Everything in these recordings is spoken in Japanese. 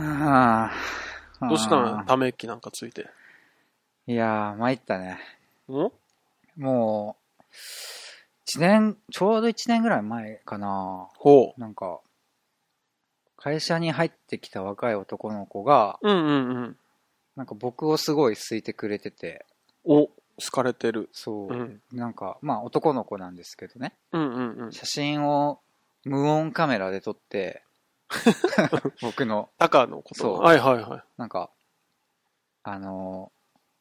などうしたのあーため息なんかついて。いやー、参ったね。んもう、一年、ちょうど一年ぐらい前かな。ほなんか、会社に入ってきた若い男の子が、う。うんうんうん。なんか僕をすごい好いてくれてて、お、好かれてる。そう、うんなんか、まあ男の子なんですけどね。うんうんうん。写真を無音カメラで撮 って、僕の、タカのこと。そうはいはいはい。なんか、あのー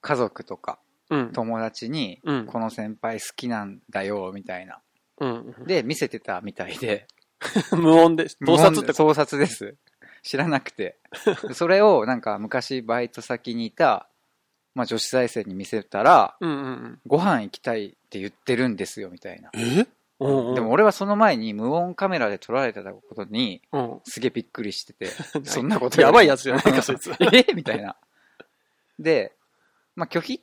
家族とかうん。友達に、うん。この先輩好きなんだよ、みたいな。うん。で、見せてたみたいで。 無音で、 盗撮ってこ盗撮です。知らなく て。それを、なんか昔バイト先にいた、まあ女子大生に見せたら、と。うんうんうん。ご飯行きたいって言ってるんですよ、みたいな。えうんうん。でも、俺はその前に無音カメラで撮られてたことに、 うん。、すげえびっくりしてて そんなことやばいやつじゃないか、そいつ。 えみたいな。で、まあ、拒否っ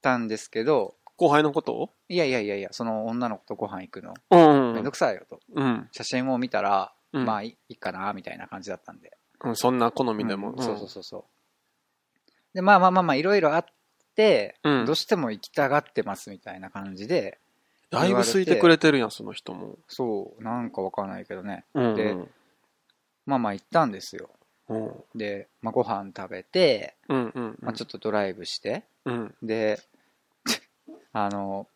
たんですけど、 後輩のこといやいやいやいや、その女の子とご飯行くの、うんうめんどんくさいよと。うん。写真も見たら、うん。まあいいいいかな、みたいな感じだったんで。うんそんな好みでも。うんそうそうそうそう。で、まあまあまあまあ、いろいろあって、うんどうしても行きたがってます、みたいな感じで、だいぶ空いてくれてるやん、その人も。そう、なんかわかんないけどね。うんでうんまあまあ行ったんですよ。うんで、まあご飯食べて、うんうん。まあちょっとドライブして、うん。で、 あの、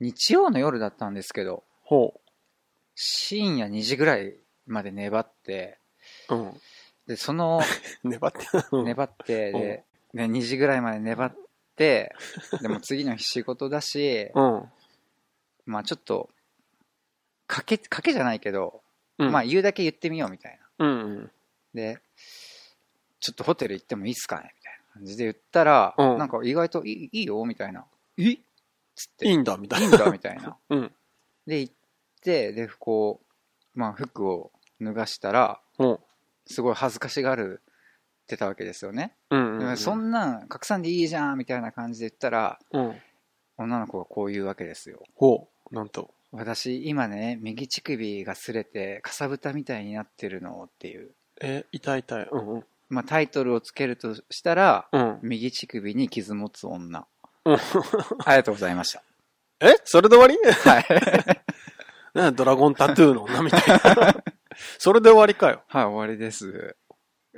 日曜の夜だったんですけど、ほ深夜2時ぐらいまで粘って、う。うん。でで、その、粘って。 うん粘って、で、ね、2時ぐらいまで粘って、でも次の日仕事だし、うん。まあちょっと、賭け、賭けじゃないけど、うんまあ言うだけ言ってみようみたいな。うんうん。で、ちょっとホテル行ってもいいっすかねみたいな感じで言ったら、うんなんか意外といいいいよみたいな。えつって。いいんだ、みたいいいな。んだみたいな。うん。で、行って、で、こう、まあ、服を脱がしたら、うん。すごい恥ずかしがるってたわけですよね。うんでうもん。そんなん、拡散でいいじゃんみたいな感じで言ったら、うん。女の子がこう言うわけですよ。ほう。なんと。私、今ね、右乳首が擦れて、かさぶたみたいになってるのっていう。え、痛い痛い。うんうん。まあ、タイトルをつけるとしたら、うん。右乳首に傷持つ女。うんありがとうございました。 えそれで終わり はい。 ねドラゴンタトゥーの女みたいな。 それで終わりかよ。はい、終わりです。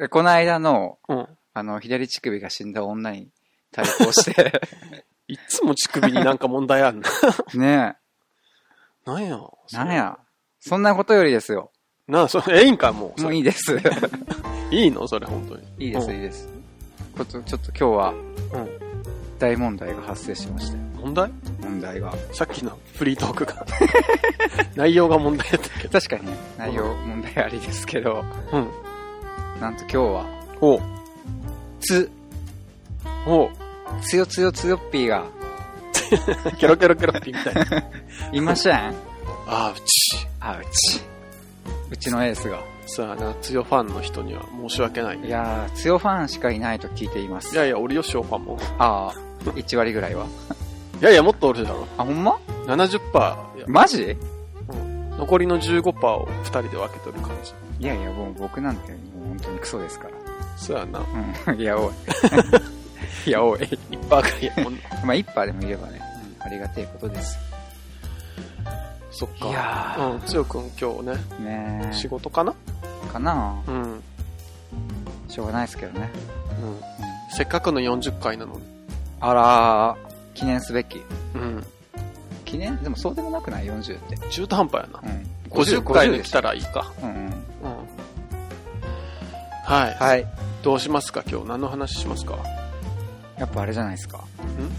えこの間の、うん。あの、左乳首が死んだ女に対抗 して、いっつも乳首になんか問題あ んな。ねなんや。え、なん。や。そんなことよりですよ。なあ、それ、ええんか、もう。もそうれいい です。いいのそれ、本当に。いいでうす、んいいです。こと、ちょっと今日はうん。大問題が発生しましたよ。問題問題が。さっきのフリートークが。 内容が問題やったけど。確かにね、内容問題ありですけど、うん。なんと今日は、ほう。つ、ほつよつよつよっぴーがう。ケロケロケロってみたい な。いません。あーうち。あ、うち。うちのエースが。さあな、強ファンの人には申し訳ないね。いやー、つよファンしかいないと聞いていまいす。やいや、おるよ、ショーファンも。あー、1割ぐらいは。いやいや、もっとおるだろ。あ、ほんま70%。いやマジ残りの15%を2人で分けとる感じ。いやいや、もう僕なんてもう本当にクソですから。そうやな。うん、 いや、おい。いや、おい。 1%がいやもん。まあ、一杯でもいればね、ありがてえことです。 そっか。いやうん、つよくん今日ね、ね仕事かなえ。かなうん。うん。しょうがないですけどね。うんせっかくの40回なのに。あらー、記念すべき。うん。記念でもそうでもなくない ?40 って。中途半端やなう。ん。 50回でできたらいいか。うんうん。うん。はい。はい。どうしますか今日何の話しますかやっぱあれじゃないですか。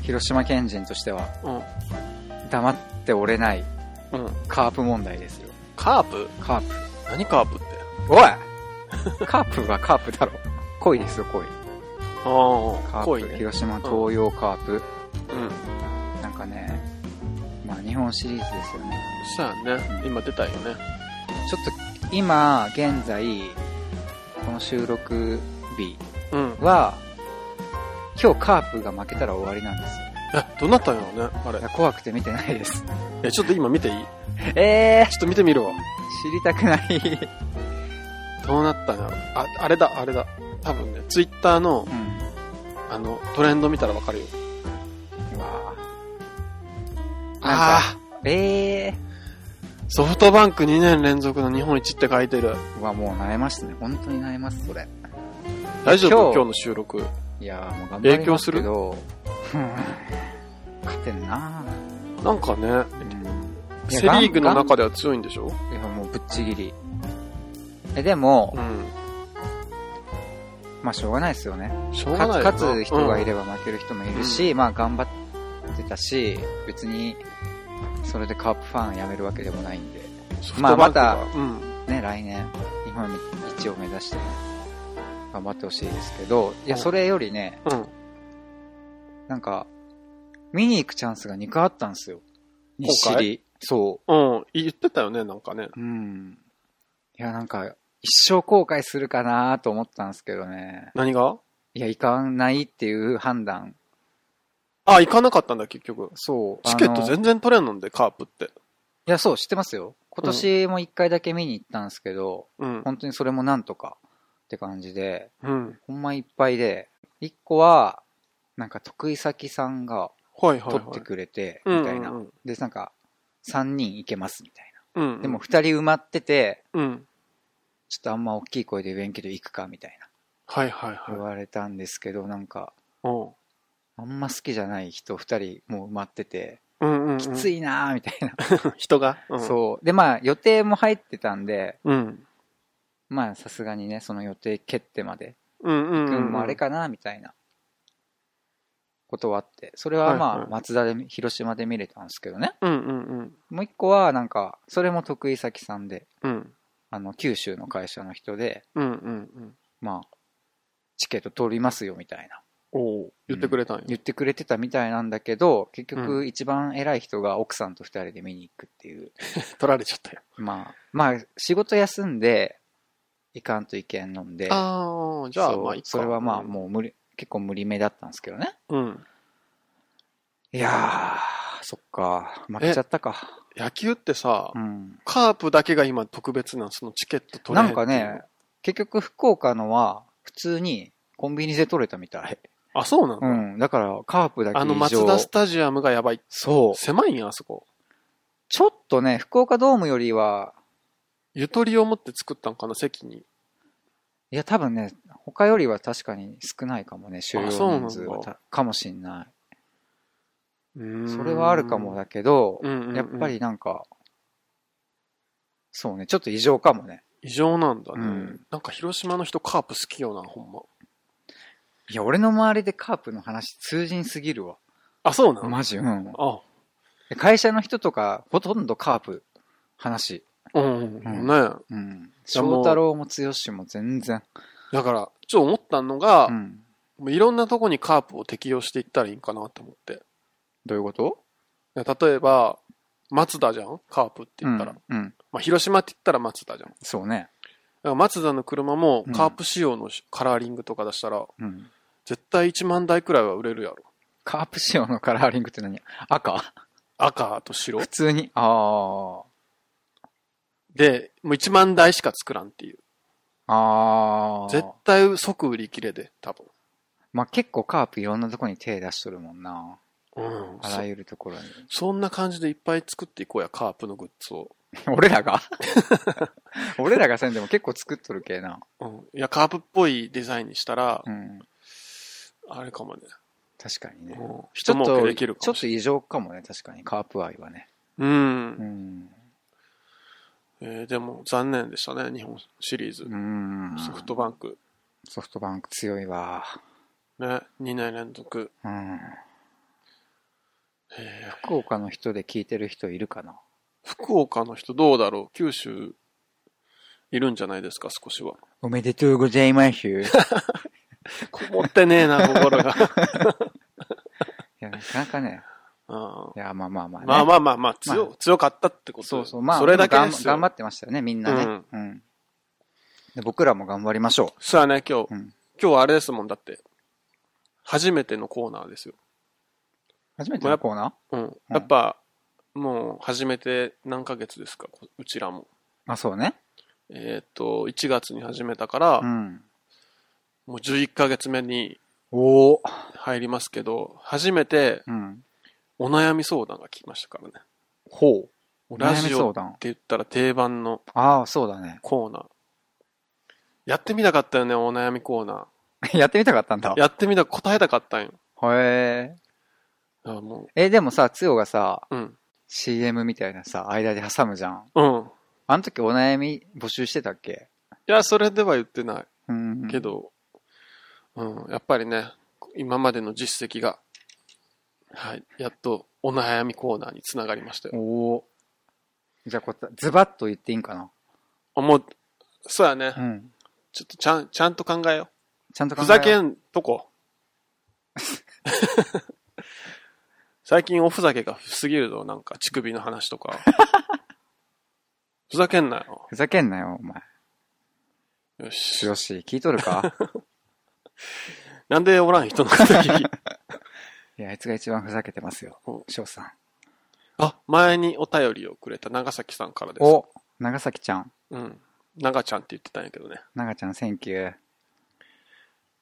広島県人としては、う黙って折れないん。うん。カープ問題ですよ。カープカープ。何カープって。おいカープはカープだろ。恋ですよ、恋。あカあ、ー恋プ。ね。広島東洋カープ。うん。なんかね、まあ日本シリーズですよね。そうやね。今出たよね。ちょっと今、現在、この収録日うん。は、今日カープが負けたら終わりなんですよ。え、 どうなったんやろうねあいや怖くて見てないです。れ。え、ちょっと今見ていいちょえっと見てみるわ。ー、知りたくない。どうなったのあ、あれだ、あれだ。多分ね、ツイッターの、うんあの、トレンド見たらわかるよ。うわなんかああーええー、ソフトバンク2年連続の日本一って書いてる。ー、うわもう悩ましたね本当に悩ますそれ大丈夫今日今日の収録。いやーもう頑張りますけど 勝てんななんかね、うんいやセリーグのガン中では強いんでしょいやもうぶっちぎりえでも、うまあしょうがないですよねん。しょうがないよな勝つ人がいれば。ば負ける人もいるし、まあ頑張ってたし別にそれでカープファン辞めるわけでもないんでうんソフトバンクがまあまうん。ね来年日本一を目指してね頑張ってほしいですけどいうやんそれよりねうん。なんか見に行くチャンスが2回あったんですよ日知りそうん。言ってたよね、なんかね。ううんいやなんか一生後悔するかなと思ったんですけどね何がいや行かないっていう判断あ、行かなかったんだ、結局。そうチケッあトの全然取れんのんで、カープって。いや、そう、知ってますよ。今年も一回だけ見に行ったんですけど、うん。本当にそれもなんとかって感じで、うん。ほんまいっぱいで、一個は、なんか得意先さんがはいはい取はいって。くれて、はいはいみたいな、うんうんうんで、なんか、三人行けます、みたいうんうな。ん。でも、二人埋まってて、うん。ちょっとあんま大きい声で言えんけど行くか、みたいな。はいはい言はい。われたんですけど、なんか、うん。あんま好きじゃない人二人もう埋まってて、うんうんうん。きついなーみたいな。人が。うんそう。で、まあ、予定も入ってたんで、うん。まあ、さすがにね、その予定蹴ってまでうんうんうん。君もあれかなみたいなことはあってそれははいまはあい松田で広島で見れたんですけどねうんうんうん。もう一個はなんかそれも得意先さんでうん。あの九州の会社の人でうんうんうん。まあチケット取りますよみたいなおお言ってくれたんや。言ってくれてたみたいなんだけど結う局一番偉い人が奥さんと二人で見に行くっていう取られちゃったよ。まあまあ仕事休んでいかんといけんのんでああ、じゃあそうまあいいか。それはまあもう無理結構無理めだったんですけどねう。うん。いやー、そっか。負けちゃったか。野球ってさう、ん。カープだけが今特別なそのチケット取れなへんかっていうね、、結局福岡のは普通にコンビニで取れたみたい。あ、そうなうのん。だからカープだけ以上あのマツダスタジアムがやばい。そう。狭いんや、あそこ。ちょっとね、福岡ドームよりは、ゆとりを持って作ったんかな、席に。いや多分ね、他よりは確かに少ないかもね、収容そうなんだ人数はたかもしんなうい。ーんそれはあるかもだけど、うんうんうんやっぱりなんか、そうね、ちょっと異常かもね。異常なんだうねん。なんか広島の人カープ好きよな、ほんま。いや、俺の周りでカープの話通じんすぎるわ。あ、そうなのマジ、うん。あ、で会社の人とか、ほとんどカープ、話。うんうんうん。ねえうん。やもう翔太郎も剛も全然。だから、ちょっと思ったのが、うん。もういろんなとこにカープを適用していったらいいんかなと思って。どういうこと例えば、松田じゃんカープって言ったら。うん。うんまあ、広島って言ったら松田じゃん。だそうね。から松田の車もうんカープ仕様のしカラーリングとか出したら、うん。絶対1万台くらいは売れるやろ。カープ仕様のカラーリングって何赤赤と白普。通に。あで、もう1万台しか作らんっていう。あ。ああ。絶対即売り切れで、多分。まあ、結構カープいろんなとこに手出しとるもんな。うんあらゆるところに。 そそんな感じでいっぱい作っていこうや、カープのグッズを。俺ら が俺らがせんでも結構作っとる系な。うん。いや、カープっぽいデザインにしたら、うん。あれかもね。確かにね。うんち一ょっ儲けと、できちるょかもっしと異常かもね、確かに。カープ愛はね。れない。うんう。ん。えーでも残念でしたね、日本シリーズう。ん。ソフトバンク。ソフトバンク強いわ。ね、2年連続。うん。えー福岡の人で聞いてる人いるかな福岡の人どうだろう九州いるんじゃないですか、少しは。おめでとうございます。いこもってねえな、心が。や、なかなかね。 うんいや、まあまあまあ、ね。まあまあまあまあ、強、強かったってことそうそう。まあ、それだけですでも頑張頑張よ。ってましたよね、みんなね。ううんん。で僕らも頑張りましょそうやね、今日。う。うん。今日はあれですもん、だって。初めてのコーナーですよ。初めてのコーナうん。やっぱ、もう、初めて何ヶ月ですか、こうちらも。ーあ、そうね。えっと、1月に始めたから、うん。もう11ヶ月目におお。入りますけど、初めてうん。お悩み相談が来ましたからね。ほう。ラ悩みジオ相って談。言ったら定番のああ、そうだね。 コーナー。やってみたかったよね、お悩みコーナやってみたかったんだー。。やってみた、答えたかったんよ。へえ。あもえ、でもさ、つよがさ、う、うん。 CM みたいなさ、間で挟むじゃん。うん。あの時お悩み募集してたっけいや、それでは言ってないうん。けど、うん、やっぱりね、今までの実績が、はい、やっとお悩みコーナーにつながりましたよ。おお。じゃあこた、ズバッと言っていいんかなあもう、そうやねう。ん。ちょっとちゃん、ちゃんと考えよちゃんとう。考えふざけんんとこ。最近おふざけが不すぎるぞ、なんか、乳首の話とか。ふざけんなよ。ふざけんなよ、お前。よし。よし、聞いとる かなんでおらん人 の敵いや、あいつが一番ふざけてますよお。翔さん。あ、前にお便りをくれた長崎さんからです。お長崎ちゃん。うん。長ちゃんって言ってたんやけどね。長ちゃん、センキュー。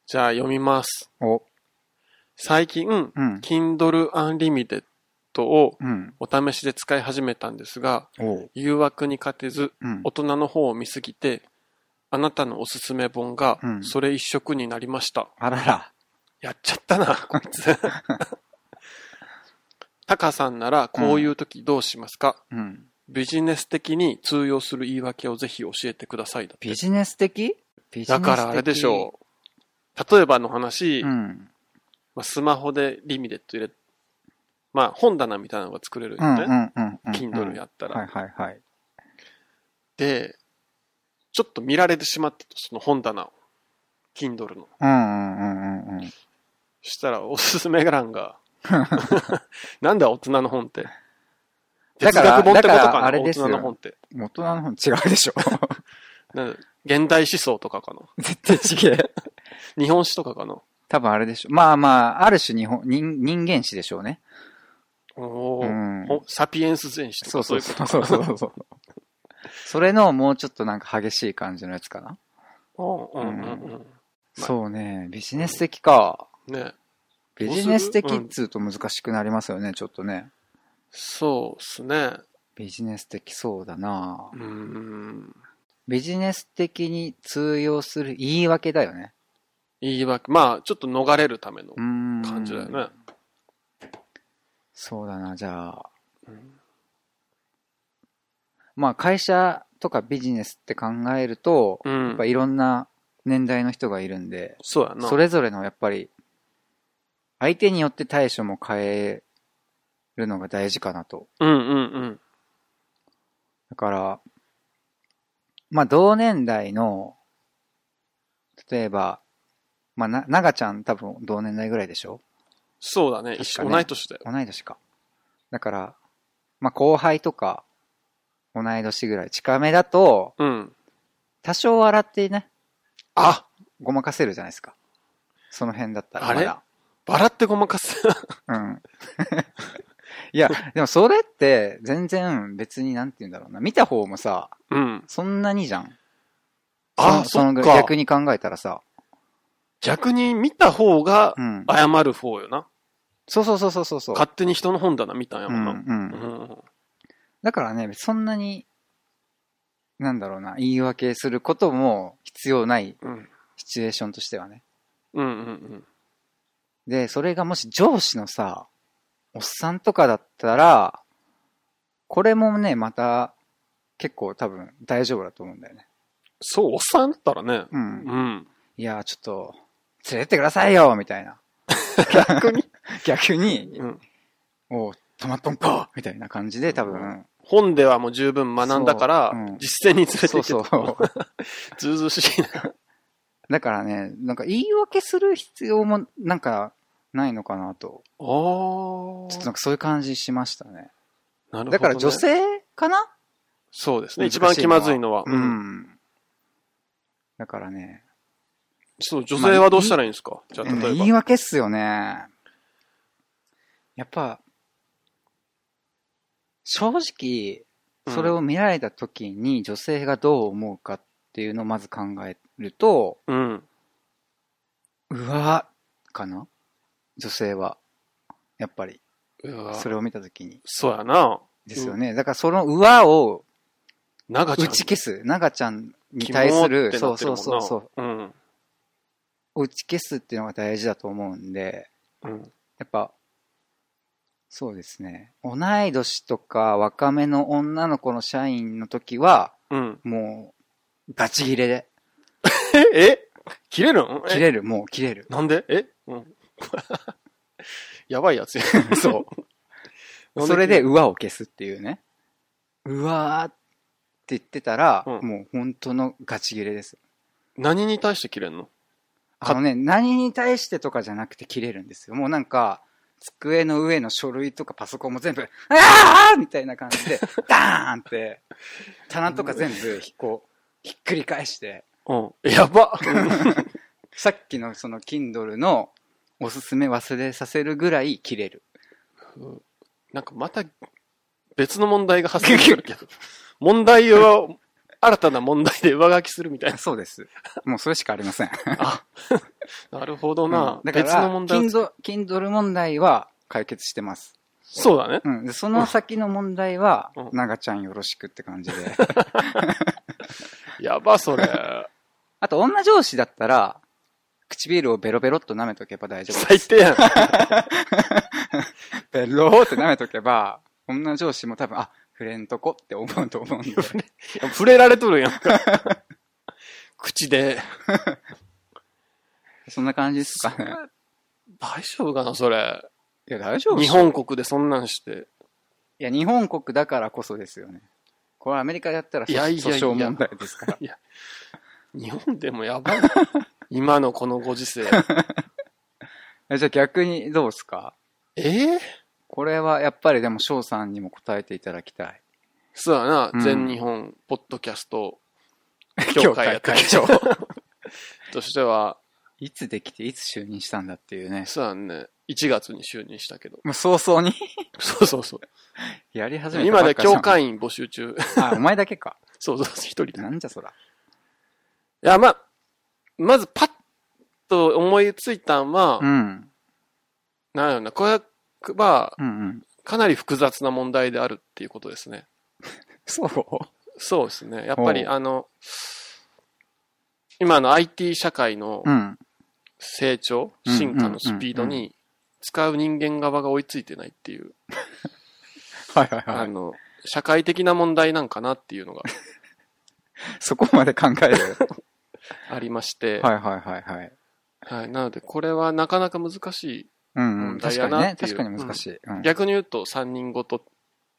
じゃあ読みます。お、最近、うん。 Kindle Unlimited をうん。お試しで使い始めたんですが、お誘惑に勝てず、うん大。人の方を見すぎて、あなたのおすすめ本がう、んそれ一色になりました。あらら。やっちゃったな、こいつ。 タカさんなら、こういう時どうしますか、うん。ビジネス的に通用する言い訳をぜひ教えてくださいだってビジネス的ビジネスだ的からあれでしょう。例えばの話、うん。まあ、スマホでリミテッド入れ、まあ本棚みたいなのが作れるうん。うん。ようね。ん。うん。うん Kindle やったら。はいはいはい。で、ちょっと見られてしまったと、その本棚を。Kindle の。うんうんうんうんうん。したらおすすめ 欄が、なんだ大人の本って。だ哲から学本ってことだかからあなれ大ですよ人の本って。大人の本違うでしょ。 なんだ現代思想とかかな絶対違え。日本史とかかな多分あれでしょ。まあまあ、ある種日本、人人間史でしょうね。おーうんほサピエンス全史とそうかそそうういうこそとうそうそうそう。 それのもうちょっとなんか激しい感じのやつかな。うんうんうんうん。まあそうね、ビジネス的か。ねビジネス的っつうと難しくなりますよね、ちょっとね。そうっすね。ビジネス的そうだなうーん。ビジネス的に通用する言い訳だよね。言い訳。まあ、ちょっと逃れるためのうーん。感じだよね。そうだな、じゃあ。うんまあ会社とかビジネスって考えると、うんやっぱいろんな年代の人がいるんで、そうやな。それぞれのやっぱり、相手によって対処も変えるのが大事かなと。うんうんだから、まあ同年代の、例えば、まあな、長ちゃん多分同年代ぐらいでしょそうだね。確一か緒ね同い年だよ。同い年か。だから、まあ後輩とか、同い年ぐらい近めだと、うん。多少笑ってね、あごまかせるじゃないですか。その辺だったら。あれまだバラってごまかす。 うん。 いや、でもそれって全然別になんて言うんだろうな。見た方もさ、うん。そんなにじゃん。あ、そのそっぐらいか。逆に考えたらさ。逆に見た方がうん。謝る方よな。そうそうそうそうそうそう。勝手に人の本棚見たんやうもんんう。な。うんんうん。だからね、そんなに、なんだろうな、言い訳することも必要ないうんシチュエーションとしてはね。うんうんで、それがもし上司のさ、おっさんとかだったら、これもね、また、結構多分大丈夫だと思うんだよね。そう、おっさんだったらね。うん。うん。いやー、ちょっと、連れてってくださいよみたいな。逆に 逆に、うんおう、止まっとんかみたいな感じで多分、本ではもう十分学んだからそううん、実践に連れてそ行うけそう。と。 ずうずう しいな。だからね、なんか言い訳する必要もなんかないのかなと、おちょっとなんかそういう感じしましたね。なるほどねだから女性かなそうですね。難しい一のは番気まずいのは。う。ん。だからね、そう、女性はどうしたらいいんですかじゃあ、ね例え言いば。訳っすよね。やっぱ、正直、うんそれを見られた時に女性がどう思うかっていうのをまず考えると、うん。うわかな女性は。やっぱり、うわそれを見た時に。そうやな。ですよね。だからそのうわを長ちゃ打ん。ち消す。長ちゃんに対する、そそううそそううそそううそう。う。うん。打ち消すっていうのが大事だと思うんで、うん。やっぱ、そうですね。同い年とか若めの女の子の社員の時は、うん。もう、ガチ切れで。ええ切れるの切る。れる、もう切れる。なんでえうん。 やばいや つや。そうなんそれで、、うわを消すっていうね。うわーって言ってたら、うんもう本当のガチ切れです。何に対して切れんのあのね、何に対してとかじゃなくて切れるんですよ。もうなんか、机の上の書類とかパソコンも全部、あーみたいな感 じで、ダーンって、棚とか全部、こう、ひっくり返して、うん。やばさっきのその Kindle のおすすめ忘れさせるぐらい切れる。なんかまた別の問題が発生するけ ど。問題を、新たな問題で上書きするみたいそうです。もうそれしかありません。な。あ、なるほどな。うんだか別のら、問題を Kindle, Kindle 問題は解決してます。そうだね。うん。でその先の問題はうん、長ちゃんよろしくって感じで。 やば、それ。あと、女上司だったら、唇をベロベロっと舐めとけば大丈夫で最す。低やん。ベローって舐めとけば、女上司も多分、あ、触れんとこって思うと思うんで。触れられとるやんか。 口で。そんな感じですかね。大丈夫かな、それ。いや、大丈夫っ日しょ本国でそんな んして。いや、日本国だからこそですよね。これアメリカやったら訴いやいやいや訴訟問題ですから。 日本でもやばいな。今のこのご 時世。えじゃあ逆にどうですかええこれはやっぱりでも翔さんにも答えていただきたい。そうだな、うん全日本ポッドキャス ト協会やった協会 としては、いつできて、いつ就任したんだっていうね。そうだね、1月に就任したけど。もう早々に そうそうそう。やり始めたば今っかでじゃん協。会員募集中。あ、お前だけか。そうそうそう、一人で。いなんじゃそら。や、まあ、まずパッと思いついたんは、うん。なんやろな、これはうんうん。かなり複雑な問題であるっていうことですね。そうそうですね。やっぱり、おうあの、今の IT 社会のうん。成長、うん進化のスピードうんうんに、使う人間側が追いついてないっていう、はいはいはあい。の、社会的な問題なんかなっていうのがそこまで考える。ありまして、 はいはいはいはい。はいなので、これはなかなか難しい。うんうん。問題確やかになねっ。ていう確かに難しい。うん逆に言うと、3人ごと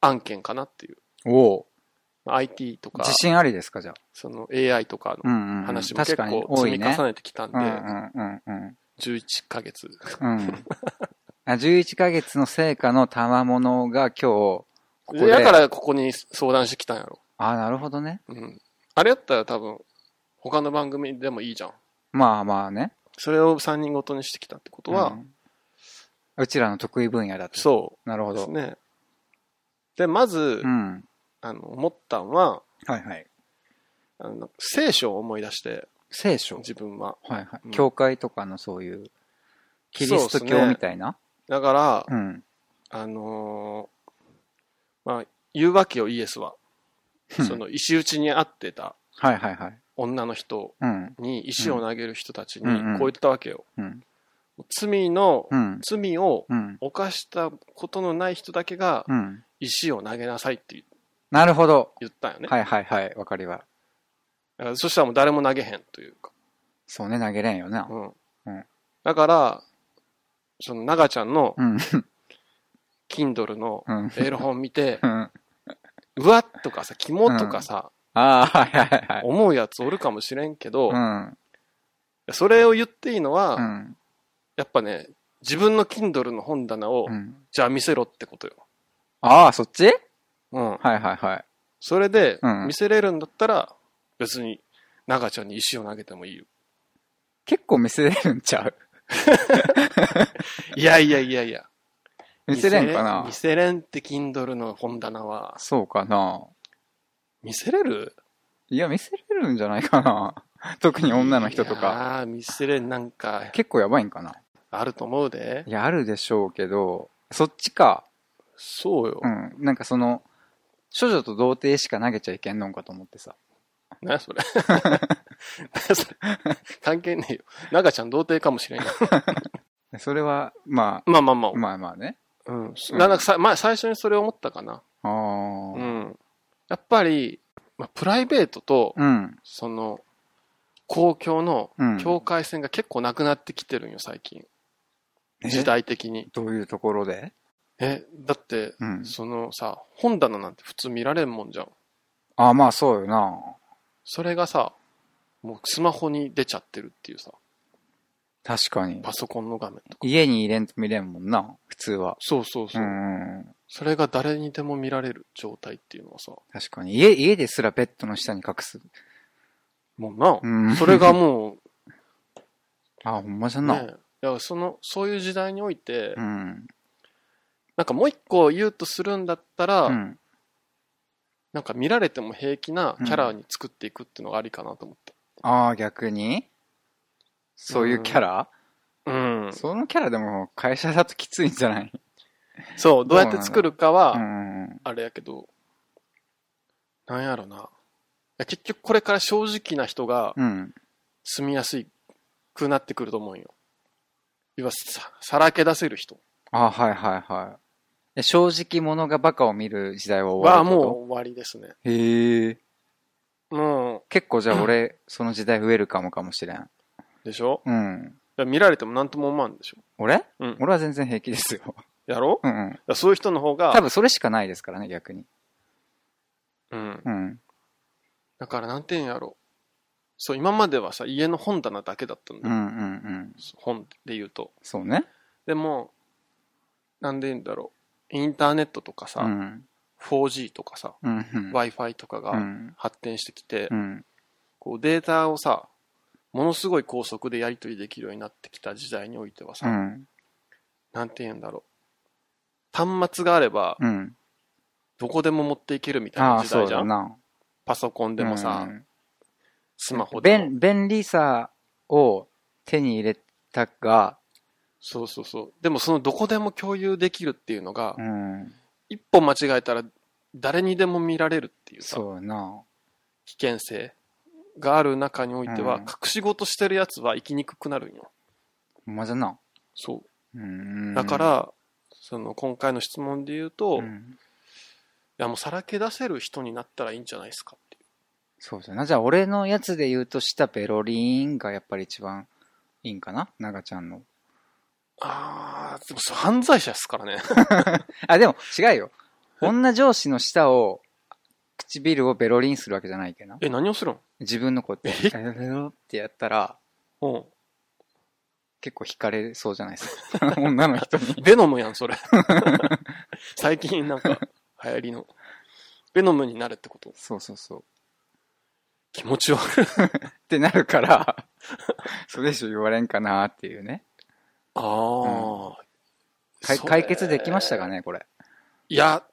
案件かなっていう。おう IT とか自、信ありですか、じゃあ。その AI とかうのんうん。話も結確かに構多積いみね。重ねてきたんでう、んうんうんうん。 11ヶ月。うん。あ11ヶ月の成果の賜物が今日、ここで。だからここに相談してきたんやろ。あ、なるほどね。うん。あれやったら多分、他の番組でもいいじゃん。まあまあね。それを3人ごとにしてきたってことは、うんうちらの得意分野だと。。そうなるうほですど。ね。で、まず、うん。あの、思ったんは、はいはい。あの聖書を思い出して、聖書。自分は。はいはうんい。教会とかのそういう、キリストそうっす教ねみたいな。だから、うん。あのーまあ、言うわけよ、イエスは。うんその、石打ちに会ってたはいはいはい。女の人うん。に、石を投げる人たちにうんうん、こう言ったわけよ。うん。罪の、うん。罪をうん。犯したことのない人だけが、うん。石を投げなさいってなるほど。言ったんよね。はいはいはい。わかりは。だからそしたらもう誰も投げへんというか。そうね、投げれんよな。ううんん。だから、その、長ちゃんのうん。 Kindle のうん。エロ本見て、 うん。うわっとかさ、肝とかさ、ああ、はいはいはい。思うやつおるかもしれんけど、うん。それを言っていいのは、うん。やっぱね、自分の Kindle の本棚を、うん。じゃあ見せろってことよ。ああ、そっちうん。はいはいはい。それでう、ん見せれるんだったら、別に、長ちゃんに石を投げてもいいよ。結構見せれるんちゃういやいやいやいや。見せれんかな見せれんって Kindle の本棚は、そうかな見せれるいや、見せれるんじゃないかな。 特に女の人とか。ああ、見せれん、なんか、結構やばいんかな。あると思うでい。や、あるでしょうけど、そっちか。そうよう。ん。なんかその、処女と童貞しか投げちゃいけんのんかと思ってさ。何やそれ。何やそれ。関係ねえよ。中ちゃん童貞かもしれんよ。それは、ままあまあまああ、。まあまあね。うん。なんかさ、まあ最初にそれ思ったかな。あうあ。ん。やっぱり、まあ、プライベートと、うん。その、公共のうん。境界線が結構なくなってきてるんよ、最近。え時代的に。どういうところでえ、だって、うん。そのさ、本棚なんて普通見られんもんじゃん。ああ、まあそうよな。それがさ、もうスマホに出ちゃってるっていうさ、確かに。パソコンの画面とか。家に入れんと見れんもんな、普通は。そうそううそう。ん。それが誰にでも見られる状態っていうのはさ、確かに。家、家ですらベッドの下に隠す。もうな、うん。それがも あ、ほんまじゃ う、な。ね、いやその、そういう時代において、うん。なんかもう一個言うとするんだったら、うん。なんか見られても平気なキャラに作っていくっていうのがありかなと思って。ああ、逆にそういうキャラ、うん。そのキャラでも会社だときついんじゃないそう、どうやって作るかうは、ん。あれやけど、なんやろな。いや結局これから正直な人がうん。住みやすくなってくると思うんよ。要はさ、さらけ出せる人あはいはいはい。え正直者がバカを見る時代は終わはるってもうこと終わりですね。う。へえ。も結構じゃあ俺、その時代増えるかもかもしれん。う、でしょうん。だから見られても何とも思わんでしょ。俺、うん俺は全然平気ですよ。 やろだかうんうん。らそういう人の方多が、分それしかないですからね、逆に。うん。うん。だからなんて言うんやろ。そう、今まではさ、家の本棚だけだったんうだんうよ。んうん。本で言うと。そうね。でも、なんで言うんだろう。インターネットとかさ、うん。 4G とかさ、うんうん。 Wi-Fi とかうがん。発展してきて、うん。こうデータをさ、ものすごい高速でやり取りできるようになってきた時代においてはうさ、ん。なんて言うんだろう。端末があれば、うん。どこでも持っていけるみたいあなあ、時そ代うじゃだん。な。パソコンでもさ、うんスマホでも。便便利さを手に入れたが、そうそうそう。でもそのどこでも共有できるっていうのが、うん、一歩間違えたら誰にでも見られるっていうさ、そうやな。危険性がある中においては、うん隠し事してるやつは生きにくくなるんよ。ほんまじゃな。そうう。ん。だから、その今回の質問で言うと、ういん、やもうさらけ出せる人になったらいいんじゃないですかっていう。そうじゃな。じゃあ、俺のやつで言うとしたベロリーンがやっぱり一番いいんかな長ちゃんの。あー、でもそう犯罪者ですからね。あ、でも違うよ。女上司の舌を、唇をベロリンするわけじゃないけどな。 え、何をするん自分のこうやって、ベロってやったら、うん。結構惹かれそうじゃないですか。 女の人に。ベノムやん、そ れ。最近なんか、流行りの。ベノムになるってことそうそうそう。気持ち悪い。ってなるから、 それ以上言われんかなっていうね。ああ、かいそれ解決できましたかね、これ。いや、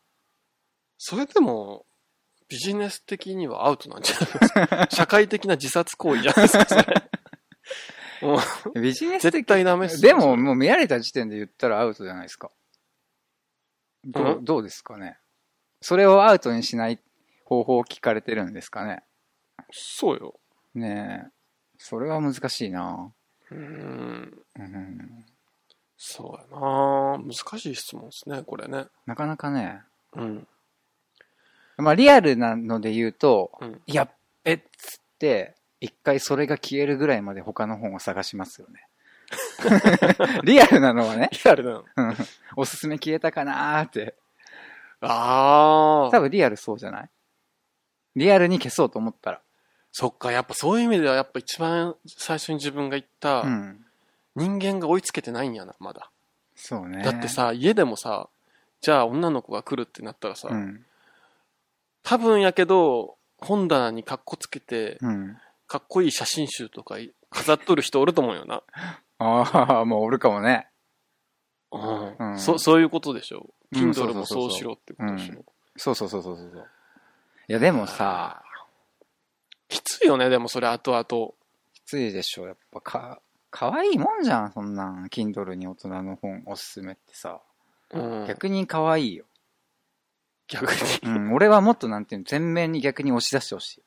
それでも、ビジネス的にはアウトなんじゃないですか。 社会的な自殺行為じゃないですか、それ。もうビジネス絶的対ダメっすでよも、、もう見られた時点で言ったらアウトじゃないですか。どううどうですかね。それをアウトにしない方法を聞かれてるんですかね。そうよ。ねえ。それは難しいなうーん、うん。そうやな難しい質問ですね、これね。なかなかね。うん。まあ、リアルなので言うと、うんやっべっつって、一回それが消えるぐらいまで他の本を探しますよ ね。リアルなのはね、リアルなの。うんおすすめ消えたかなーって。あ多あ、分リアルそうじゃないリアルに消そうと思ったら。そっか、やっぱそういう意味では、やっぱ一番最初に自分が言った、うん。人間が追いつけてないんやな、まだ。そうね。だって、さ、家でもさ、じゃあ女の子が来るってなったらさ、うん。多分やけど、本棚にカッコつけて、うん。かっこいい写真集とか飾っとる人おると思うよな。ああ、もうおるかもね。うんうんそそういうことでしょ。うん Kindle もそうしろってことでしうょ。そうそうそうそうそうそう。いや、でもさ、きついよね、でもそれ後々。きついでしょ。やっぱか、かわいいもんじゃん、そんなん。Kindle に大人の本おすすめってさ。うん。逆に可愛いよ。逆に。うん、俺はもっとなんていうの、全面に逆に押し出してほしい。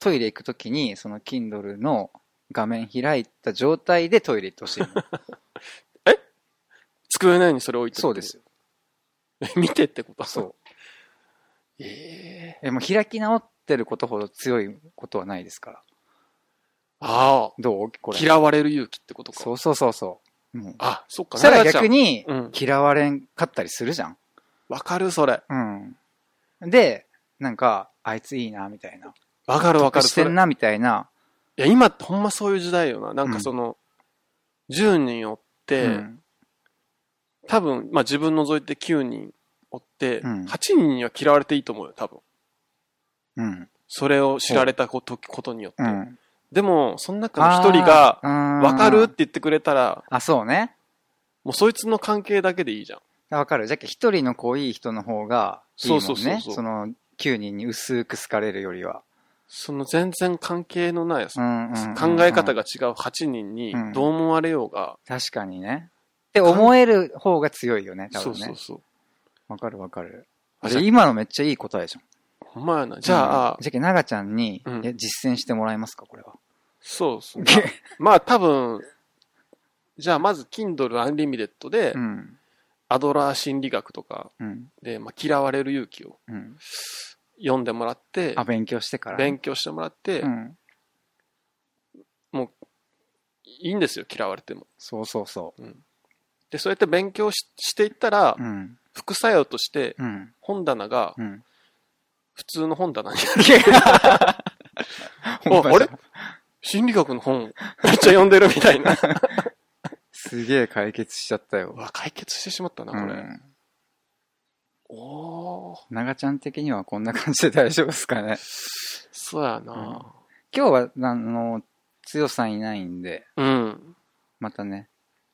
トイレ行くときに、その Kindle の画面開いた状態でトイレ行ってほしいの。机の上に それ置いてそうですよ。よ。 見てってことそう。う。 えええ、もう開き直ってることほど強いことはないですから。あどうこあ、れ。嫌われる勇気ってことか。そうそうそうそう。うん、あ、そっか。そしたらなんかじゃあ逆にうん、嫌われんかったりするじゃん。わかる、それ。うん。で、なんか、あいついいな、みたいな。わかるわかる。してそれんいな、みたいな。や、今ってほんまそういう時代よな。なんうかんその、10人おって、うん多分、まあ自分除いて9人おって、うん8人には嫌われていいと思うよ、多分。うん。それを知られたことことによって。うん。でも、その中の一人が、あー、わかるっうてん言ってくれたら、あ、そうね。もうそいつの関係だけでいいじゃん。わかる。じゃあ、一人の子いい人の方がいいもんね。そうそうそうそうその、9人に薄く好かれるよりは。その全然関係のない、うんうんうんうん考え方が違う8人にうんどう思われようが、確かにね。って思える方が強いよね、多そう分そねう。そう。わかるわかる。ああれれ、今のめっちゃいい答えじゃん。ほんまやな。じゃあ、うんじゃけ、ながちゃんに、うんいや実践してもらえますか、これは。そうっす ね。まあ多分、じゃあまず Kindle Unlimited で、うん。アドラー心理学とかうん。で、まあ、嫌われる勇気をうん。読んでもらってあ、、勉強してから。勉強してもらって、うん。いいんですよ、嫌われても。そうそうそで、そうやって勉強ししていったら、う。うん。副作用として、うん。本棚がうん。普通の本棚に ほんまじゃんあれ心理学の本、めっちゃ読んでるみたいな。 すげえ解決しちゃったよう。わ、解決してしまったな、うこれ。ん。おー、長ちゃん的にはこんな感じで大丈夫ですかね。 そうやな。今日は、あの、強さんいないんで、うん。またね、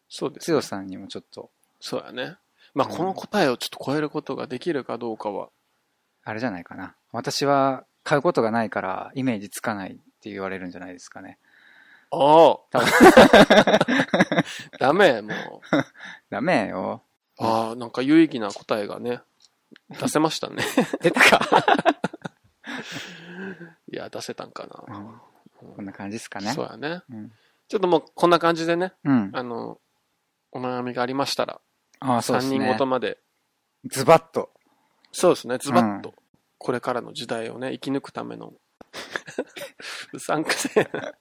そうです。強さんにもちょっと、そうやね。まあ、うんこの答えをちょっと超えることができるかどうかは。あれじゃないかな。私は買うことがないから、イメージつかないって言われるんじゃないですかね。ああ ダメ、もう。ダメよ。ああ、なんか有意義な答えがね、出せましたね。 出たか、 いや、出せたんかな。こんな感じですかね。そうやね。うん。ちょっともう、こんな感じでね、うん。あの、お悩みがありましたら、ああ、そう3です人ごねと。までズバッと。そうですね、ズバッと、これからの時代をね、生き抜くための、 うさんくせえな。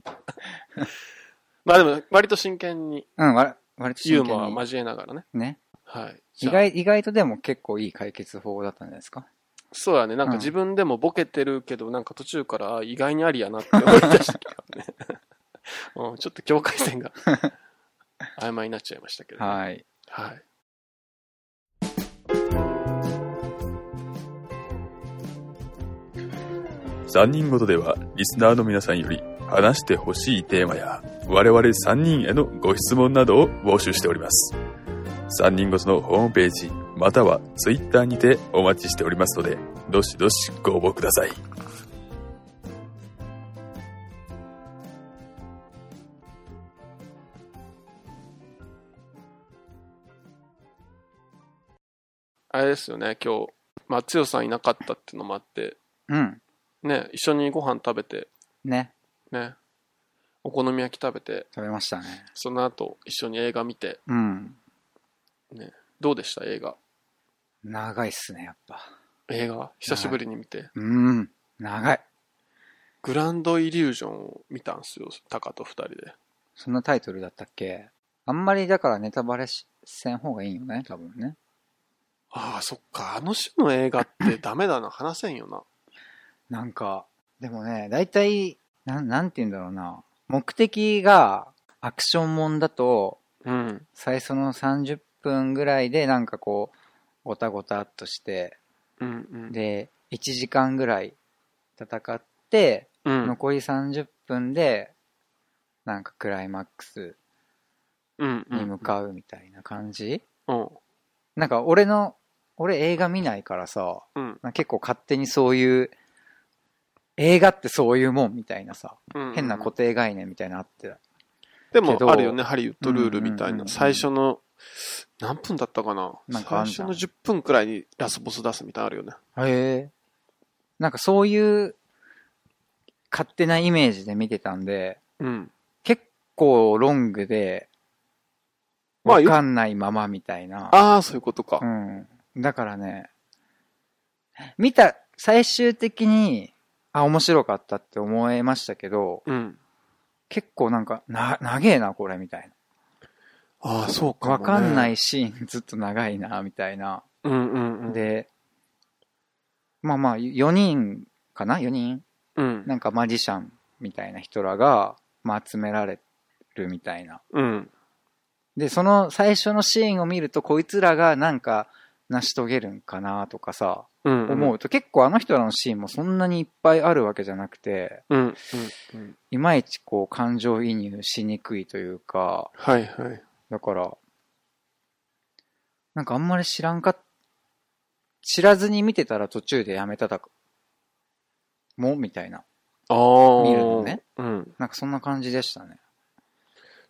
まあでも、割と真剣に、うん、わ割とユー真剣にモアを交えながらね。ね。はい。じ意ゃあ外、意外とでも結構いい解決法だったんじゃないですか。そうやね、なんかうん自分でもボケてるけど、なんか途中から、あ意外にありやなって思い出してきた ね。うん、ちょっと境界線が曖昧になっちゃいましたけど。はい。はい。 3人ごとではリスナーの皆さんより話してほしいテーマや我々3人へのご質問などを募集しております3人ごとのホームページまたは Twitter にてお待ちしておりますのでどしどしご応募くださいあれですよね、今日、まあ、つよさんいなかったっていうのもあって、うん。ね、一緒にご飯食べて、ね。ね、お好み焼き食べて、食べましたね。その後一緒に映画見て、うん。どうでした映画。長いっすね、やっぱ。映画、久しぶりに見て、うん。長い。グランドイリュージョンを見たんすよ、タカと二人で。そんなタイトルだったっけあんまりだからネタバレしせん方がいいよね、多分ね。ああ、そっか、あの種の映画ってダメだな、話せんよな。なんか、でもね、大体、なん、なんて言うんだろうな。目的がアクションもんだと、うん。最初の30分ぐらいでなんかこう、ごたごたっとして、うんうん。で、1時間ぐらい戦って、うん。残り30分で、なんかクライマックスうん。うにん向。かうみたいな感じ、うん。なんか俺の俺映画見ないからさ、うん。なんか結構勝手にそういう、映画ってそういうもんみたいなさ、うん変な固定概念みたいなのあって、でけもどあるよね、ハリウッドルールみたうんいうんうんうな。ん最初の、何分だったかななんかあん最じ初ゃんの10分くらいにラスボス出すみたいなのあるよね。へえ。なんかそういう勝手なイメージで見てたんで、うん。結構ロングで、まあわよかんないままみたいな。ああ、そういうことかう。ん。だからね、見た、最終的に、あ、面白かったって思えましたけど、うん。結構なんか、な、長えな、これ、みたいああ、そうかな。もわね。かんないシーンずっと長いな、みたいな。うんうんうん。、で、まあまあ、4人かな ?4 人うん。なんかマジシャンみたいな人らが、まあ、集められるみたいな。うん。で、その最初のシーンを見ると、こいつらがなんか成し遂げるんかなとかさ、うん。思うと結構あの人らのシーンもそんなにいっぱいあるわけじゃなくて、うん。うん。うん。いまいちこう感情移入しにくいというか、はいはい。だから、なんかあんまり知らんか、知らずに見てたら途中でやめただか、もみたいな。ああ。見るのね。うん。なんかそんな感じでしたね。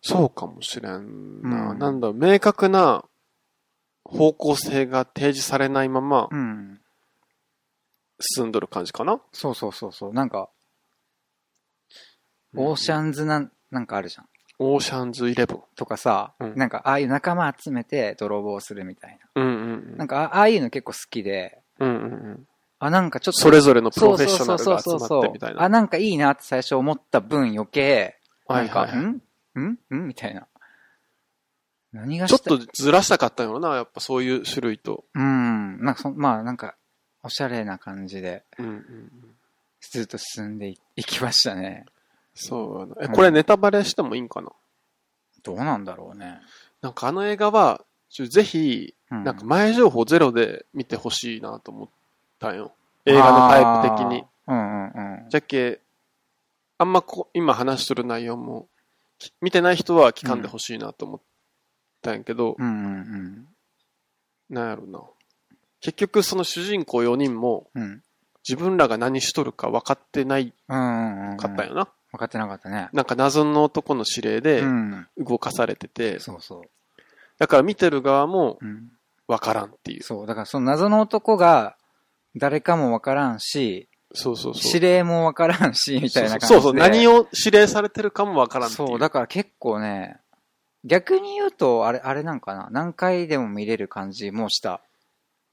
そうかもしれんな。うんなんだろう、明確な方向性が提示されないままうん。進んどる感じかな。そうそうそうそう。なんか、オーシン。ャンズなん、なんかあるじゃん。オーシャンズイレブン。とかさ、うんなんかああいう仲間集めて泥棒するみたいな。うんうんなんかあああいうの結構好きで、うんうんうん。あ、なんかちょっと、それぞれのプそロうフェそッうショナルそうが集そうまっそてうみたいあ、な。なんかいいなって最初思った分余計、はいなんはか、いはい。んんんみたいな。何がちょしったとずらしたかったよな、やっぱそういう種類と。うん。なんかそ、まあなんか、おしゃれな感じで、うんうんうん。ずっと進んでいいきましたね。そうやな。え、これネタバレしてもいいんかなどうなんだろうね。なんかあの映画は、ちょぜひ、うなんか前情報ゼロで見てほしいなと思ったんよ。映画のタイプ的に。あー。うんうんうん。じゃっけ、あんまこ今話しとる内容も、き見てない人は聞かんでほしいなと思ったんやけど、うんうんなんやろな。結局その主人公4人もうん。うん。自分らが何しとるか分かってないうんうんうん。かったんよな。分かってなかったね。なんか謎の男の指令でうん。動かされてて、そうそだから見てる側もう。うん。分からんっていう。そう。だからその謎の男が、誰かもわからんし、そうそうそう。指令もわからんし、みたいな感じで。そうそう、何を指令されてるかも分からんっていう。そう、だから結構ね、逆に言うと、あれ、あれなんかな、何回でも見れる感じもした。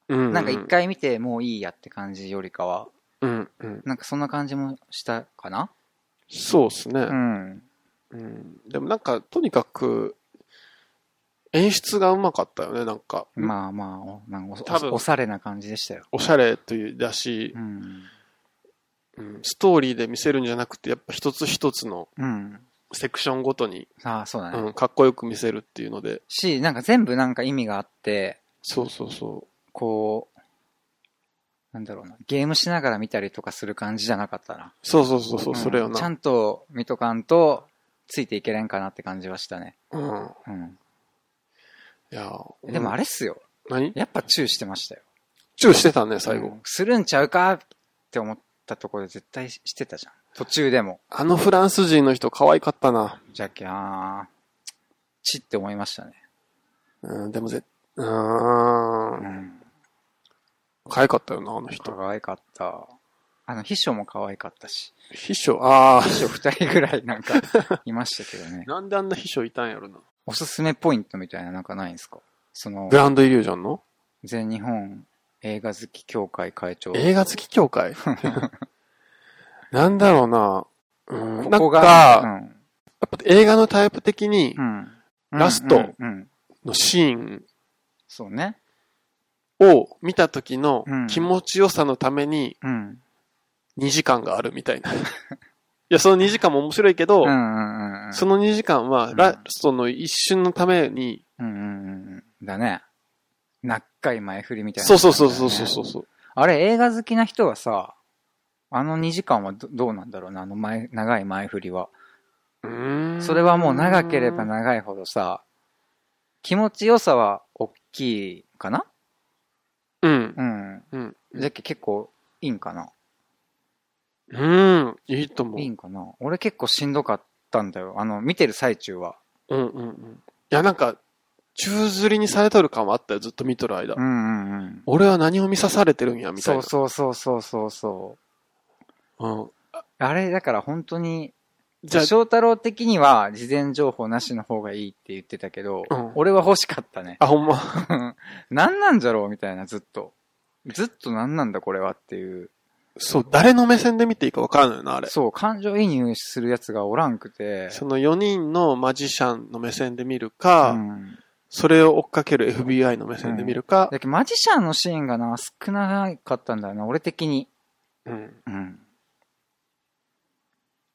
うんなんか一、回見てもういいやって感じよりかは、うんうん、なんかそんな感じもしたかなそうですね、うん。うんでもなんか、とにかく、演出がうまかったよね、なんか。まあまあお、なんか多分おおしゃれな感じでしたよ。おしゃれというだしう、ん。うんストーリーで見せるんじゃなくて、やっぱ一つ一つのうん。セクションごとに、ああ、そうだね。うん、かっこよく見せるっていうので、し、なんか全部なんか意味があって、そうそうそこう、なんだろうな、ゲームしながら見たりとかする感じじゃなかったな。う。そうそうそうそう、それようんちゃな。んと見とかんと、ついていけれんかなって感じはしたね。うん。うん。いやーでもあれ、れっすよ。何やっぱチューしてましたよ。チューしてたね、最後。うんするんちゃうかって思ったところで絶対してたじゃん。途中でも。あのフランス人の人、可愛かったな。じゃけあー、チって思いましたね。うん、でもぜ、うー。うんん。可愛かったよな、あの人。可愛かった。あの、秘書も可愛かったし。秘書、ああ。秘書二人ぐらい なんかいましたけどね。なんであんな秘書いたんやろな。おすすめポイントみたいななんかないんですかそのグ、ランドイリュージョンの全日本映画好き協会会長。映画好き 協会なんだろうな。うん、なんか、うやっんぱ映画のタイプ的にうん。ラストうんうんうん。のシーンそうね。を見た時のうん気持ちよさのためにうん。 2時間があるみたいな。い や、その2時間も面白いけど、うんうんうんうん。その2時間はうんラストの一瞬のために、うんうんうんうん。だね。なっかい前振りみたいな、そうそうそうそうそうそう。あれ、映画好きな人はさ、あの2時間はどどうなんだろうな、あの前、長い前振りは。うーんそれはもう長ければ長いほどさ、気持ちよさは大きいかなうん。うん。うん。じゃっけ結構いいんかなうん。いいと思ういい。んかな俺結構しんどかったんだよ。あの、見てる最中は。うんうんうん。いや、なんか、宙づりにされとる感はあったよ。ずっと見とる間う。んうんうん。俺は何を見さされてるんや、みたいそな。うそうそうそうそうそう。うん。あれ、だから本当に、じゃあ、翔太郎的には事前情報なしの方がいいって言ってたけど、うん俺は欲しかったね。 あ、ほんま。 何なんじゃろうみたいな、ずっと。ずっと何なんだこれはっていう。そう、誰の目線で見ていいかわからんのよな、あれ。そう、感情移入するやつがおらんくて。その4人のマジシャンの目線で見るうか、ん。それを追っかける FBI の目線で見るか、だけどマジシャンのシーンがな、少なかったんだよな、俺的に。うん。うん。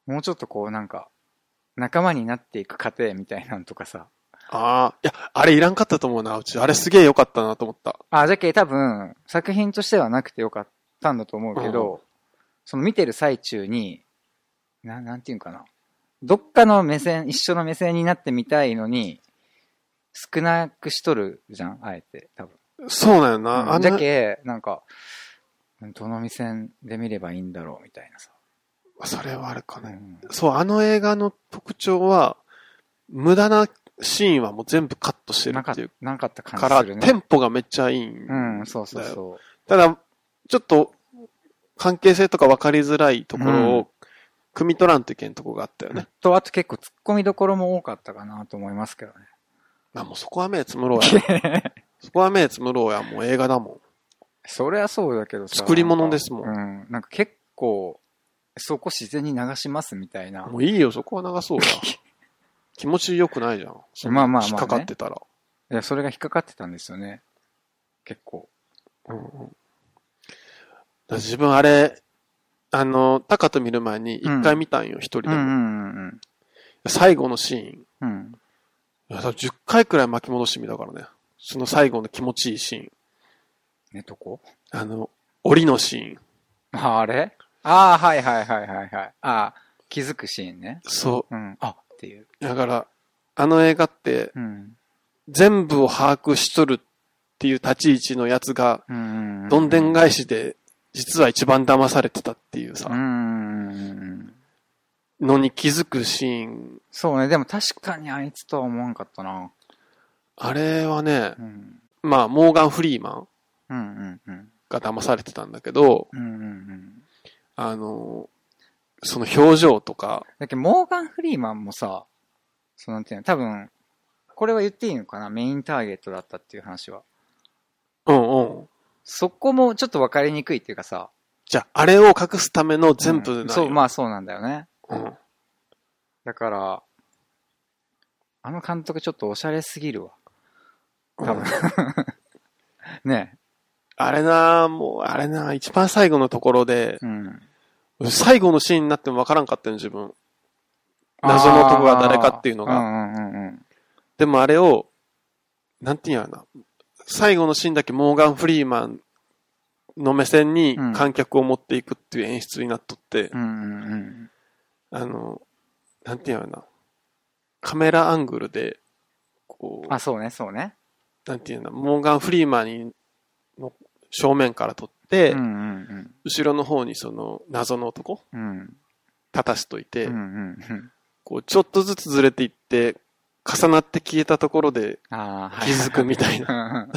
もうちょっとこう、なんか、仲間になっていく過程みたいなんとかさ。ああ、いや、あれいらんかったと思うな、うち。あれすげえ良かったなと思った。あ、じゃけ多分、作品としてはなくてよかったんだと思うけど、その見てる最中に、な、なんていうんかな。どっかの目線、一緒の目線になってみたいのに、少なくしとるじゃん、あえて、多分。そうなんよな。うんあんじなゃけ、なんか、どの目線で見ればいいんだろう、みたいなさ。それはあれかうね。んそう、あの映画の特徴は、無駄なシーンはもう全部カットしてるなかっっていうなかった感かじら、するテね。ンポがめっちゃいいんだうよ。ん、そうそうそただ、ちょっと、関係性とか分かりづらいところうを、汲み取らんといけんとこがあったよう。ね。と、あと結構突っ込みどころも多かったかなと思いますけどね。まあもうそこは目つむろうや。 そこは目つむろうや。もう映画だもん。そりゃそうだけどさ。作り物ですもんうん。なんか結構、そこ自然に流しますみたいなも。ういいよ、そこは流そうや。気持ち良くないじゃん。そんなまあまあまあね引っかかってたら。いや、それが引っかかってたんですよね。結構。うんうんだから自分あれ、あの、タカと見る前に一回見たんよ、一、人うでんうも、んうん最後のシーン。いうん。うん。や多分10回くらい巻き戻してみたからね。その最後の気持ちいいシーン。ね、どこあの、檻のシーン。ああれああ、はいはいはいはいはい。ああ、気づくシーンね。そうん。あっていう。う。だから、あの映画ってうん。全部を把握しとるっていう立ち位置のやつが、うんうんうん。どんでん返しで、実は一番騙されてたっていううさ、んうんうんうん。のに気づくシーン。そうね、でも確かにあいつとは思わんかったな。あれはねう、ん。まあ、モーガン・フリーマンうんうんうん。が騙されてたんだけど、うんうんうん。あの、その表情とか、だけど、モーガン・フリーマンもさ、そうなんていうの、多分、これは言っていいのかなメインターゲットだったっていう話は。うんうん。そこもちょっと分かりにくいっていうかさ。じゃあ、あれを隠すための全部なうんんよそう、まあそうなんだよね。うんだから、あの監督ちょっとおしゃれすぎるわ。多分。 ねあれなあもう、あれなあ一番最後のところでえ。、うん。最後のシーンになってもわからんかったよ、自分。謎の男が誰かっていうのがあーうんうんうんうん。でもあれを、なんていうんやろな。最後のシーンだけモーガン・フリーマンの目線にうん観客を持っていくっていう演出になっとって、うんうんうん。あの、なんていうんやろな。カメラアングルで、こう、あ、そうね、そうね。なんていうの、モーガン・フリーマンの正面から撮って、うんうん後ろの方にその謎の男うん。うん。立たしといて、うんうんうん。こうちょっとずつずれていって、重なって消えたところでああ、気づ くみたいな。な。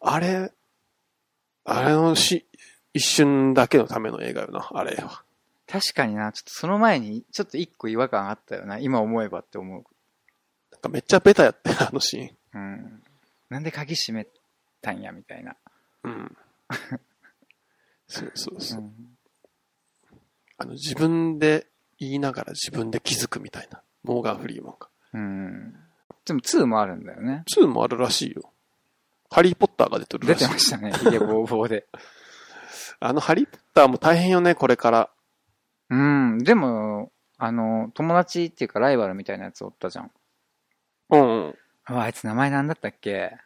あれ、あれのし、一瞬だけのための映画よな、あれは。確かにな、ちょっとその前に、ちょっと一個違和感あったよな、今思えばって思う。なんかめっちゃベタやったよ、 あのシうーン。ん。なんで鍵閉めたんや、みたいな。うん。 そうそうそうう。んあの、自分で言いながら自分で気づくみたいな。モーガン・フリーマンが。うん。でも2もあるんだよね。 2もあるらしいよ。ハリー・ポッターが出てる出らしいて。ました ね、ヒゲボーボーで。あの、ハリー・ポッターも大変よね、これから。うん、でも、あの、友達っていうかライバルみたいなやつおったじゃん。うん、うん。ああいつ名前なんだったっけ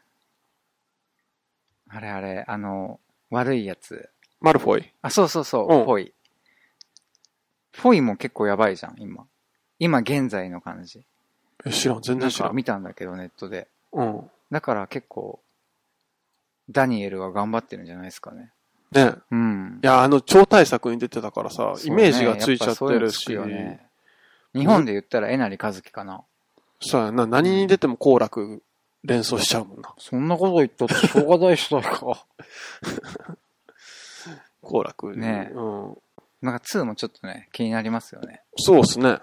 あれあれ、あの、悪いやつ。マルフォイ。あ、そうそうそうう、んフォイ。フォイも結構やばいじゃん、今。今現在の感じ。え知らん、全な然ん知らかん。見たんだけど、ネットで。うん。だから結構、ダニエルは頑張ってるんじゃないですかね。ね。うんい。や、あの、超大作に出てたからさ、イメージがついちゃってそうねやぱるそうし。いうのつくよね日本で言ったらえなりかずきかな。そうやな、何に出ても好楽連想しちゃうもんな。そんなこと言ったってしょうがないしだか。好楽。ねえうん。 なんか2もちょっとね、気になりますよね。そうっすね。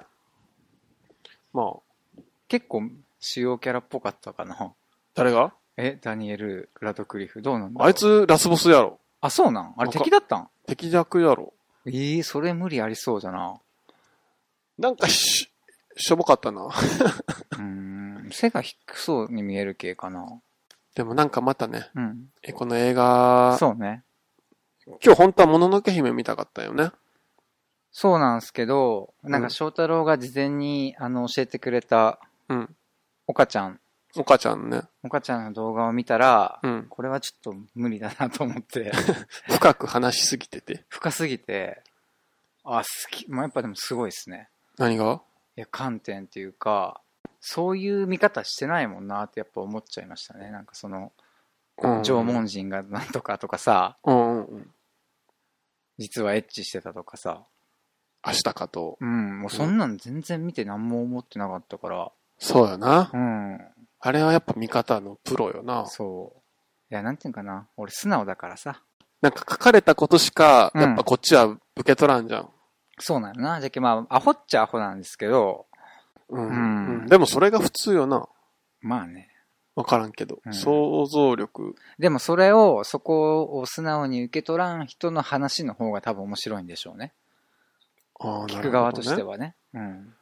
まあ、結構主要キャラっぽかったかな。誰がえ、ダニエル・ラドクリフ、どうなんだろうあいつラスボスやろ。あ、そうなんあれわか敵だったん敵弱やろ。ええそれ無理ありそうだな。なんかし、しょぼかったな。う ーん、背が低そうに見える系かな。でもなんかまたね、うん。えこの映画、そうね。今日本当はもののけ姫見たかったよね。そうなんすけど、なんうかん翔太郎が事前に、あの、教えてくれた、うん。岡ちゃん、お母ちゃんね。岡ちゃんの動画を見たら、うん。これはちょっと無理だなと思 って、深く話しすぎてて。深すぎて、あ、好き、まあ、やっぱでもすごいですね。何がいや、観点っていうか、そういう見方してないもんなってやっぱ思っちゃいましたね。なんかその、うん。縄文人がなんとかとかさ、うんうんうん。実はエッチしてたとかさ、明日かと。うん、もうそんなん全然見て何も思ってなかったから、そうやな。うん、あれはやっぱ見方のプロよな。そう。いや、なんていうんかな、俺素直だからさ、なんか書かれたことしか、うんやっぱこっちは受け取らんじゃん。そうなのな。じゃけまあ、アホっちゃアホなんですけど、うん。うんうんでもそれが普通よな。まあね。わからんけど。うん想像力。でもそれを、そこを素直に受け取らん人の話の方が多分面白いんでしょうね。ああ、なるほどね聞く側として。はね。うん。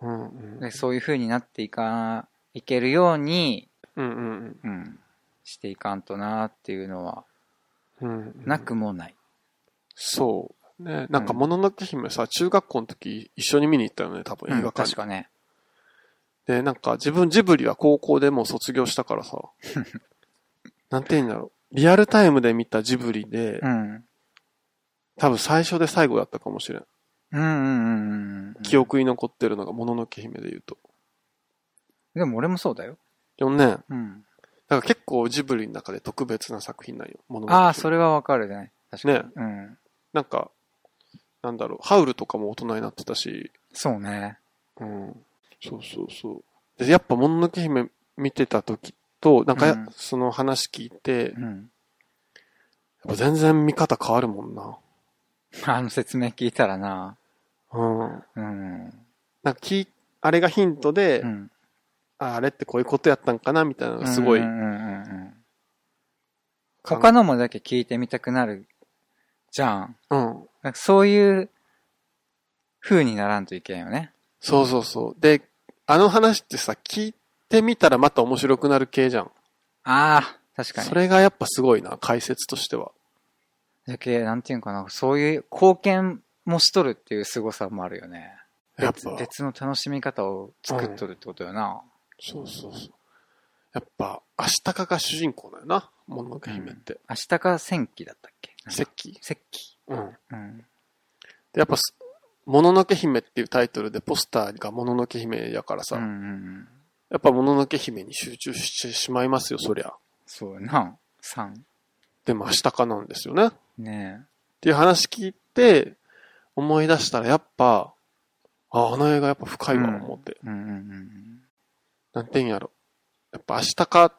うんうん。でそういう風になっていか、いけるように、うんうんうん、していかんとなっていうのは、うん。うんなくもない。そう。ね、なんか、もののけ姫さ、中学校の時一緒に見に行ったよね、多分う映ん、画館確に。かね。で、なんか、自分ジブリは高校でもう卒業したか らさ、なんて言うんだろう。リアルタイムで見たジブリで、うん。多分最初で最後だったかもしれん。うんうんうんうんうん。記憶に残ってるのがもののけ姫で言うと。でも俺もそうだよ。 4年。うん。だから結構ジブリの中で特別な作品なんよ。もののけ姫ああ、それはわかるじゃない。確かに。ねうん。なんか、なんだろう、ハウルとかも大人になってたし、そうね。うん。そうそうそう。で、やっぱ、もののけ姫見てた時と、なんかや、うんその話聞いて、うやっん。ぱ全然見方変わるもんな。あの説明聞いたらな。うん。うん。なんか聞い、あれがヒントで、うん。ああれってこういうことやったんかなみたいなのがすごいうん。うんうんうん。考え他のもだけ聞いてみたくなるじゃん。うん。なんかそういう風にならんといけんよね。そうそうそう。で、あの話ってさ、聞いてみたらまた面白くなる系じゃん。ああ、確かに。それがやっぱすごいな、解説としては。だけ、なんていうんかな、そういう貢献もしとるっていう凄さもあるよね。やっ別ぱ、別の楽しみ方を作っとるってことよな。そうそうそう。やっぱ、アシタカが主人公だよな、もののけ姫って。明日か戦記だったっけ石器石器。うん。うん。でやっぱす、もののけ姫っていうタイトルでポスターがもののけ姫やからさ、うんうんうん。やっぱもののけ姫に集中してしまいますよ、そりゃ。そうやな。三。でも明日かなんですよね。っねえ。ていう話聞いて、思い出したらやっぱ、あ、あの映画やっぱ深いわ、うん思って。うんうんなんていうんやろ。やっぱ明日かっ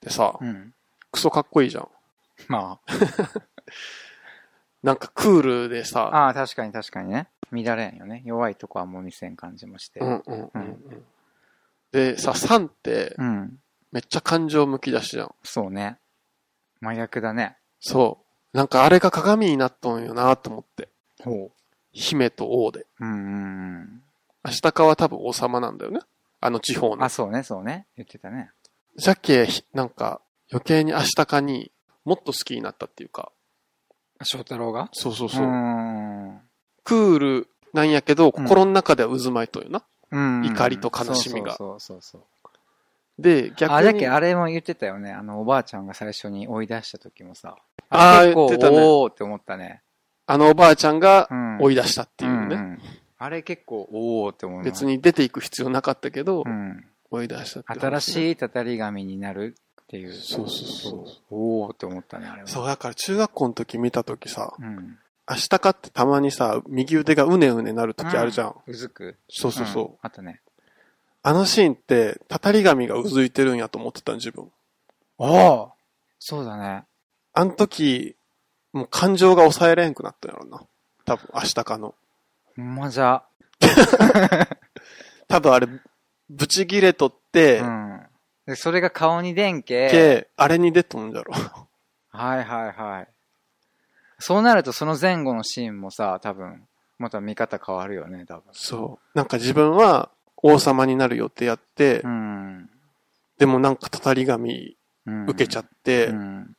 てさ、うん。うん。クソかっこいいじゃん。まあ。なんかクールでさ、ああ、確かに確かにね。乱れんよね。弱いとこはもう見せん感じもして。うんうんうんうん。でさ、サンってうん。めっちゃ感情むき出しじゃん。そうね。真逆だね。そう。なんかあれが鏡になっとんよなと思って。ほ姫と王で。う。うんうんうん。明日かは多分王様なんだよね。あの地方のあ、。そうね、そうね。言ってたね。じゃけ、ひなんか余計に明日かにもっと好きになったっていうか。翔太郎がそうそううーそう。ん。クールなんやけど、心の中では渦巻いとんよな。うん怒りと悲しみがそうそうそうそうで、逆に。あ、だっけあれも言ってたよね。あの、おばあちゃんが最初に追い出した時もさ。あー結構言ってたねおーって思ったね。あのおばあちゃんがうん。追いい出したっていうね。あれ結構、おーって思います。別。に出ていく必要なかったけど、うん。追い出したって話新しいたたり神になるっっていう。。そうそうそうおーって思ったね、あれは。そう、だから中学校の時見た時さ、うん。明日かってたまにさ、右腕がうねうねなる時あるじゃん。うずく。そうそうそう。んあったね。あのシーンって、たたり紙がうずいてるんやと思ってたの自分。ああそうだね。あの時、もう感情が抑えれんくなったんやろな。多分、明日かの。ほんまじゃ。多分あれ、ブチギレとって、うん。で、それが顔に出んけ。け、あれに出とんじゃろ。はいはいはい。そうなるとその前後のシーンもさ、多分、また見方変わるよね、多分。そう。なんか自分は王様になる予定やって、うん。でもなんかたたり紙うん受けちゃって、うん。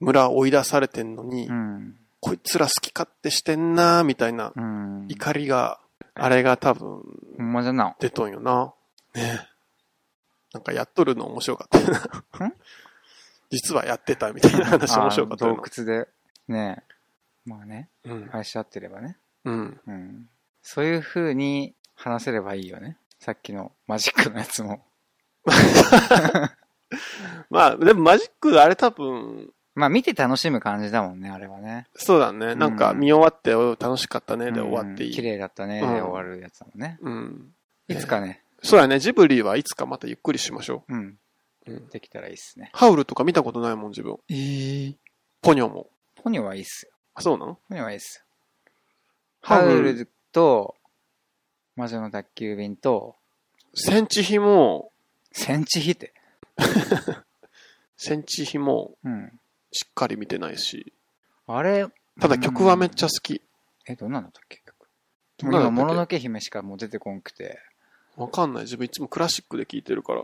村追い出されてんのに、うん。こいつら好き勝手してんなーみたいなうん。怒りが、あれが多分ほんまじゃな。。出とんよな。ねえなんかやっとるの面白かったよなん 実はやってたみたいな話面白かったあよーな。洞窟で。ねえ。まあね、うん。愛し合ってればね。うん。うん。そういう風に話せればいいよね。さっきのマジックのやつも。 まあ、でもマジックあれ多分、まあ見て楽しむ感じだもんね、あれはね。そうだね。なんか見終わって、お楽しかったねでうん終わってい綺い。麗だったね、うんで終わるやつだもんね。うん。いつかね、そうやね。ジブリはいつかまたゆっくりしましょうん。う。うん。できたらいいっすね。ハウルとか見たことないもん、自分。えー、ポニョも。ポニョはいいっすよ。あ、そうなのポニョはいいっすよ。ハハウルウルと、魔女の宅急便と、センチヒも、センチヒテ。センチヒもうん。しっかり見てないし。あれ、ただ曲はめっちゃ好き。え、どんなんだったっけ曲んなん今、だったっけもののけ姫しかもう出てこんくて、 わかんない。自分いつもクラシックで聴いてるから。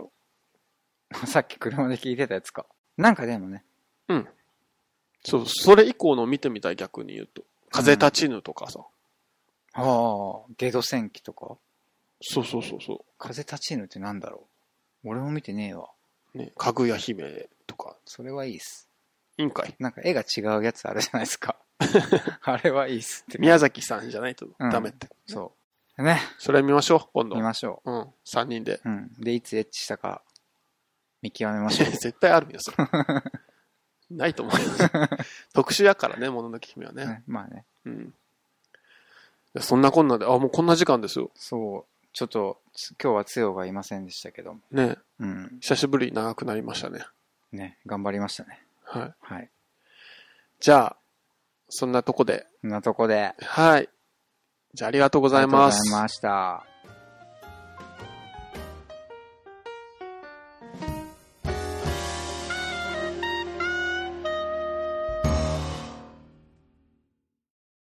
さっき車で聞いてたやつか。なんかでもね、そう、それ以降のを見てみたい、逆に言うと。風立ちぬとかさ。ああ、ゲド戦記とかそうそうそうそ風立ちぬってなんだろう俺も見てねえわ。う。ね、かぐや姫とか。それはいいっす。いいんかい。なんか絵が違うやつあるじゃないです か。あれはいいっすって。宮崎さんじゃないとうんダメって。そう。ね、それ見ましょう、今度見。ましょうん。3人で。う。うん。で、いつエッチしたか、見極めましょう。 絶対あるよ、それ。ないと思います。特殊やからね、もののけ姫は ね。ねまあね。うん。いやそんなこんなで、あ、もうこんな時間ですよ。そう。ちょっと、つ今日はつよがいませんでしたけども。ね。うん。久しぶりに長くなりましたね。ね、頑張りましたね。はい。はい。じゃあ、そんなとこで。そんなとこで。はい。じゃあ、ありがとうごございまありがとうす。ございました。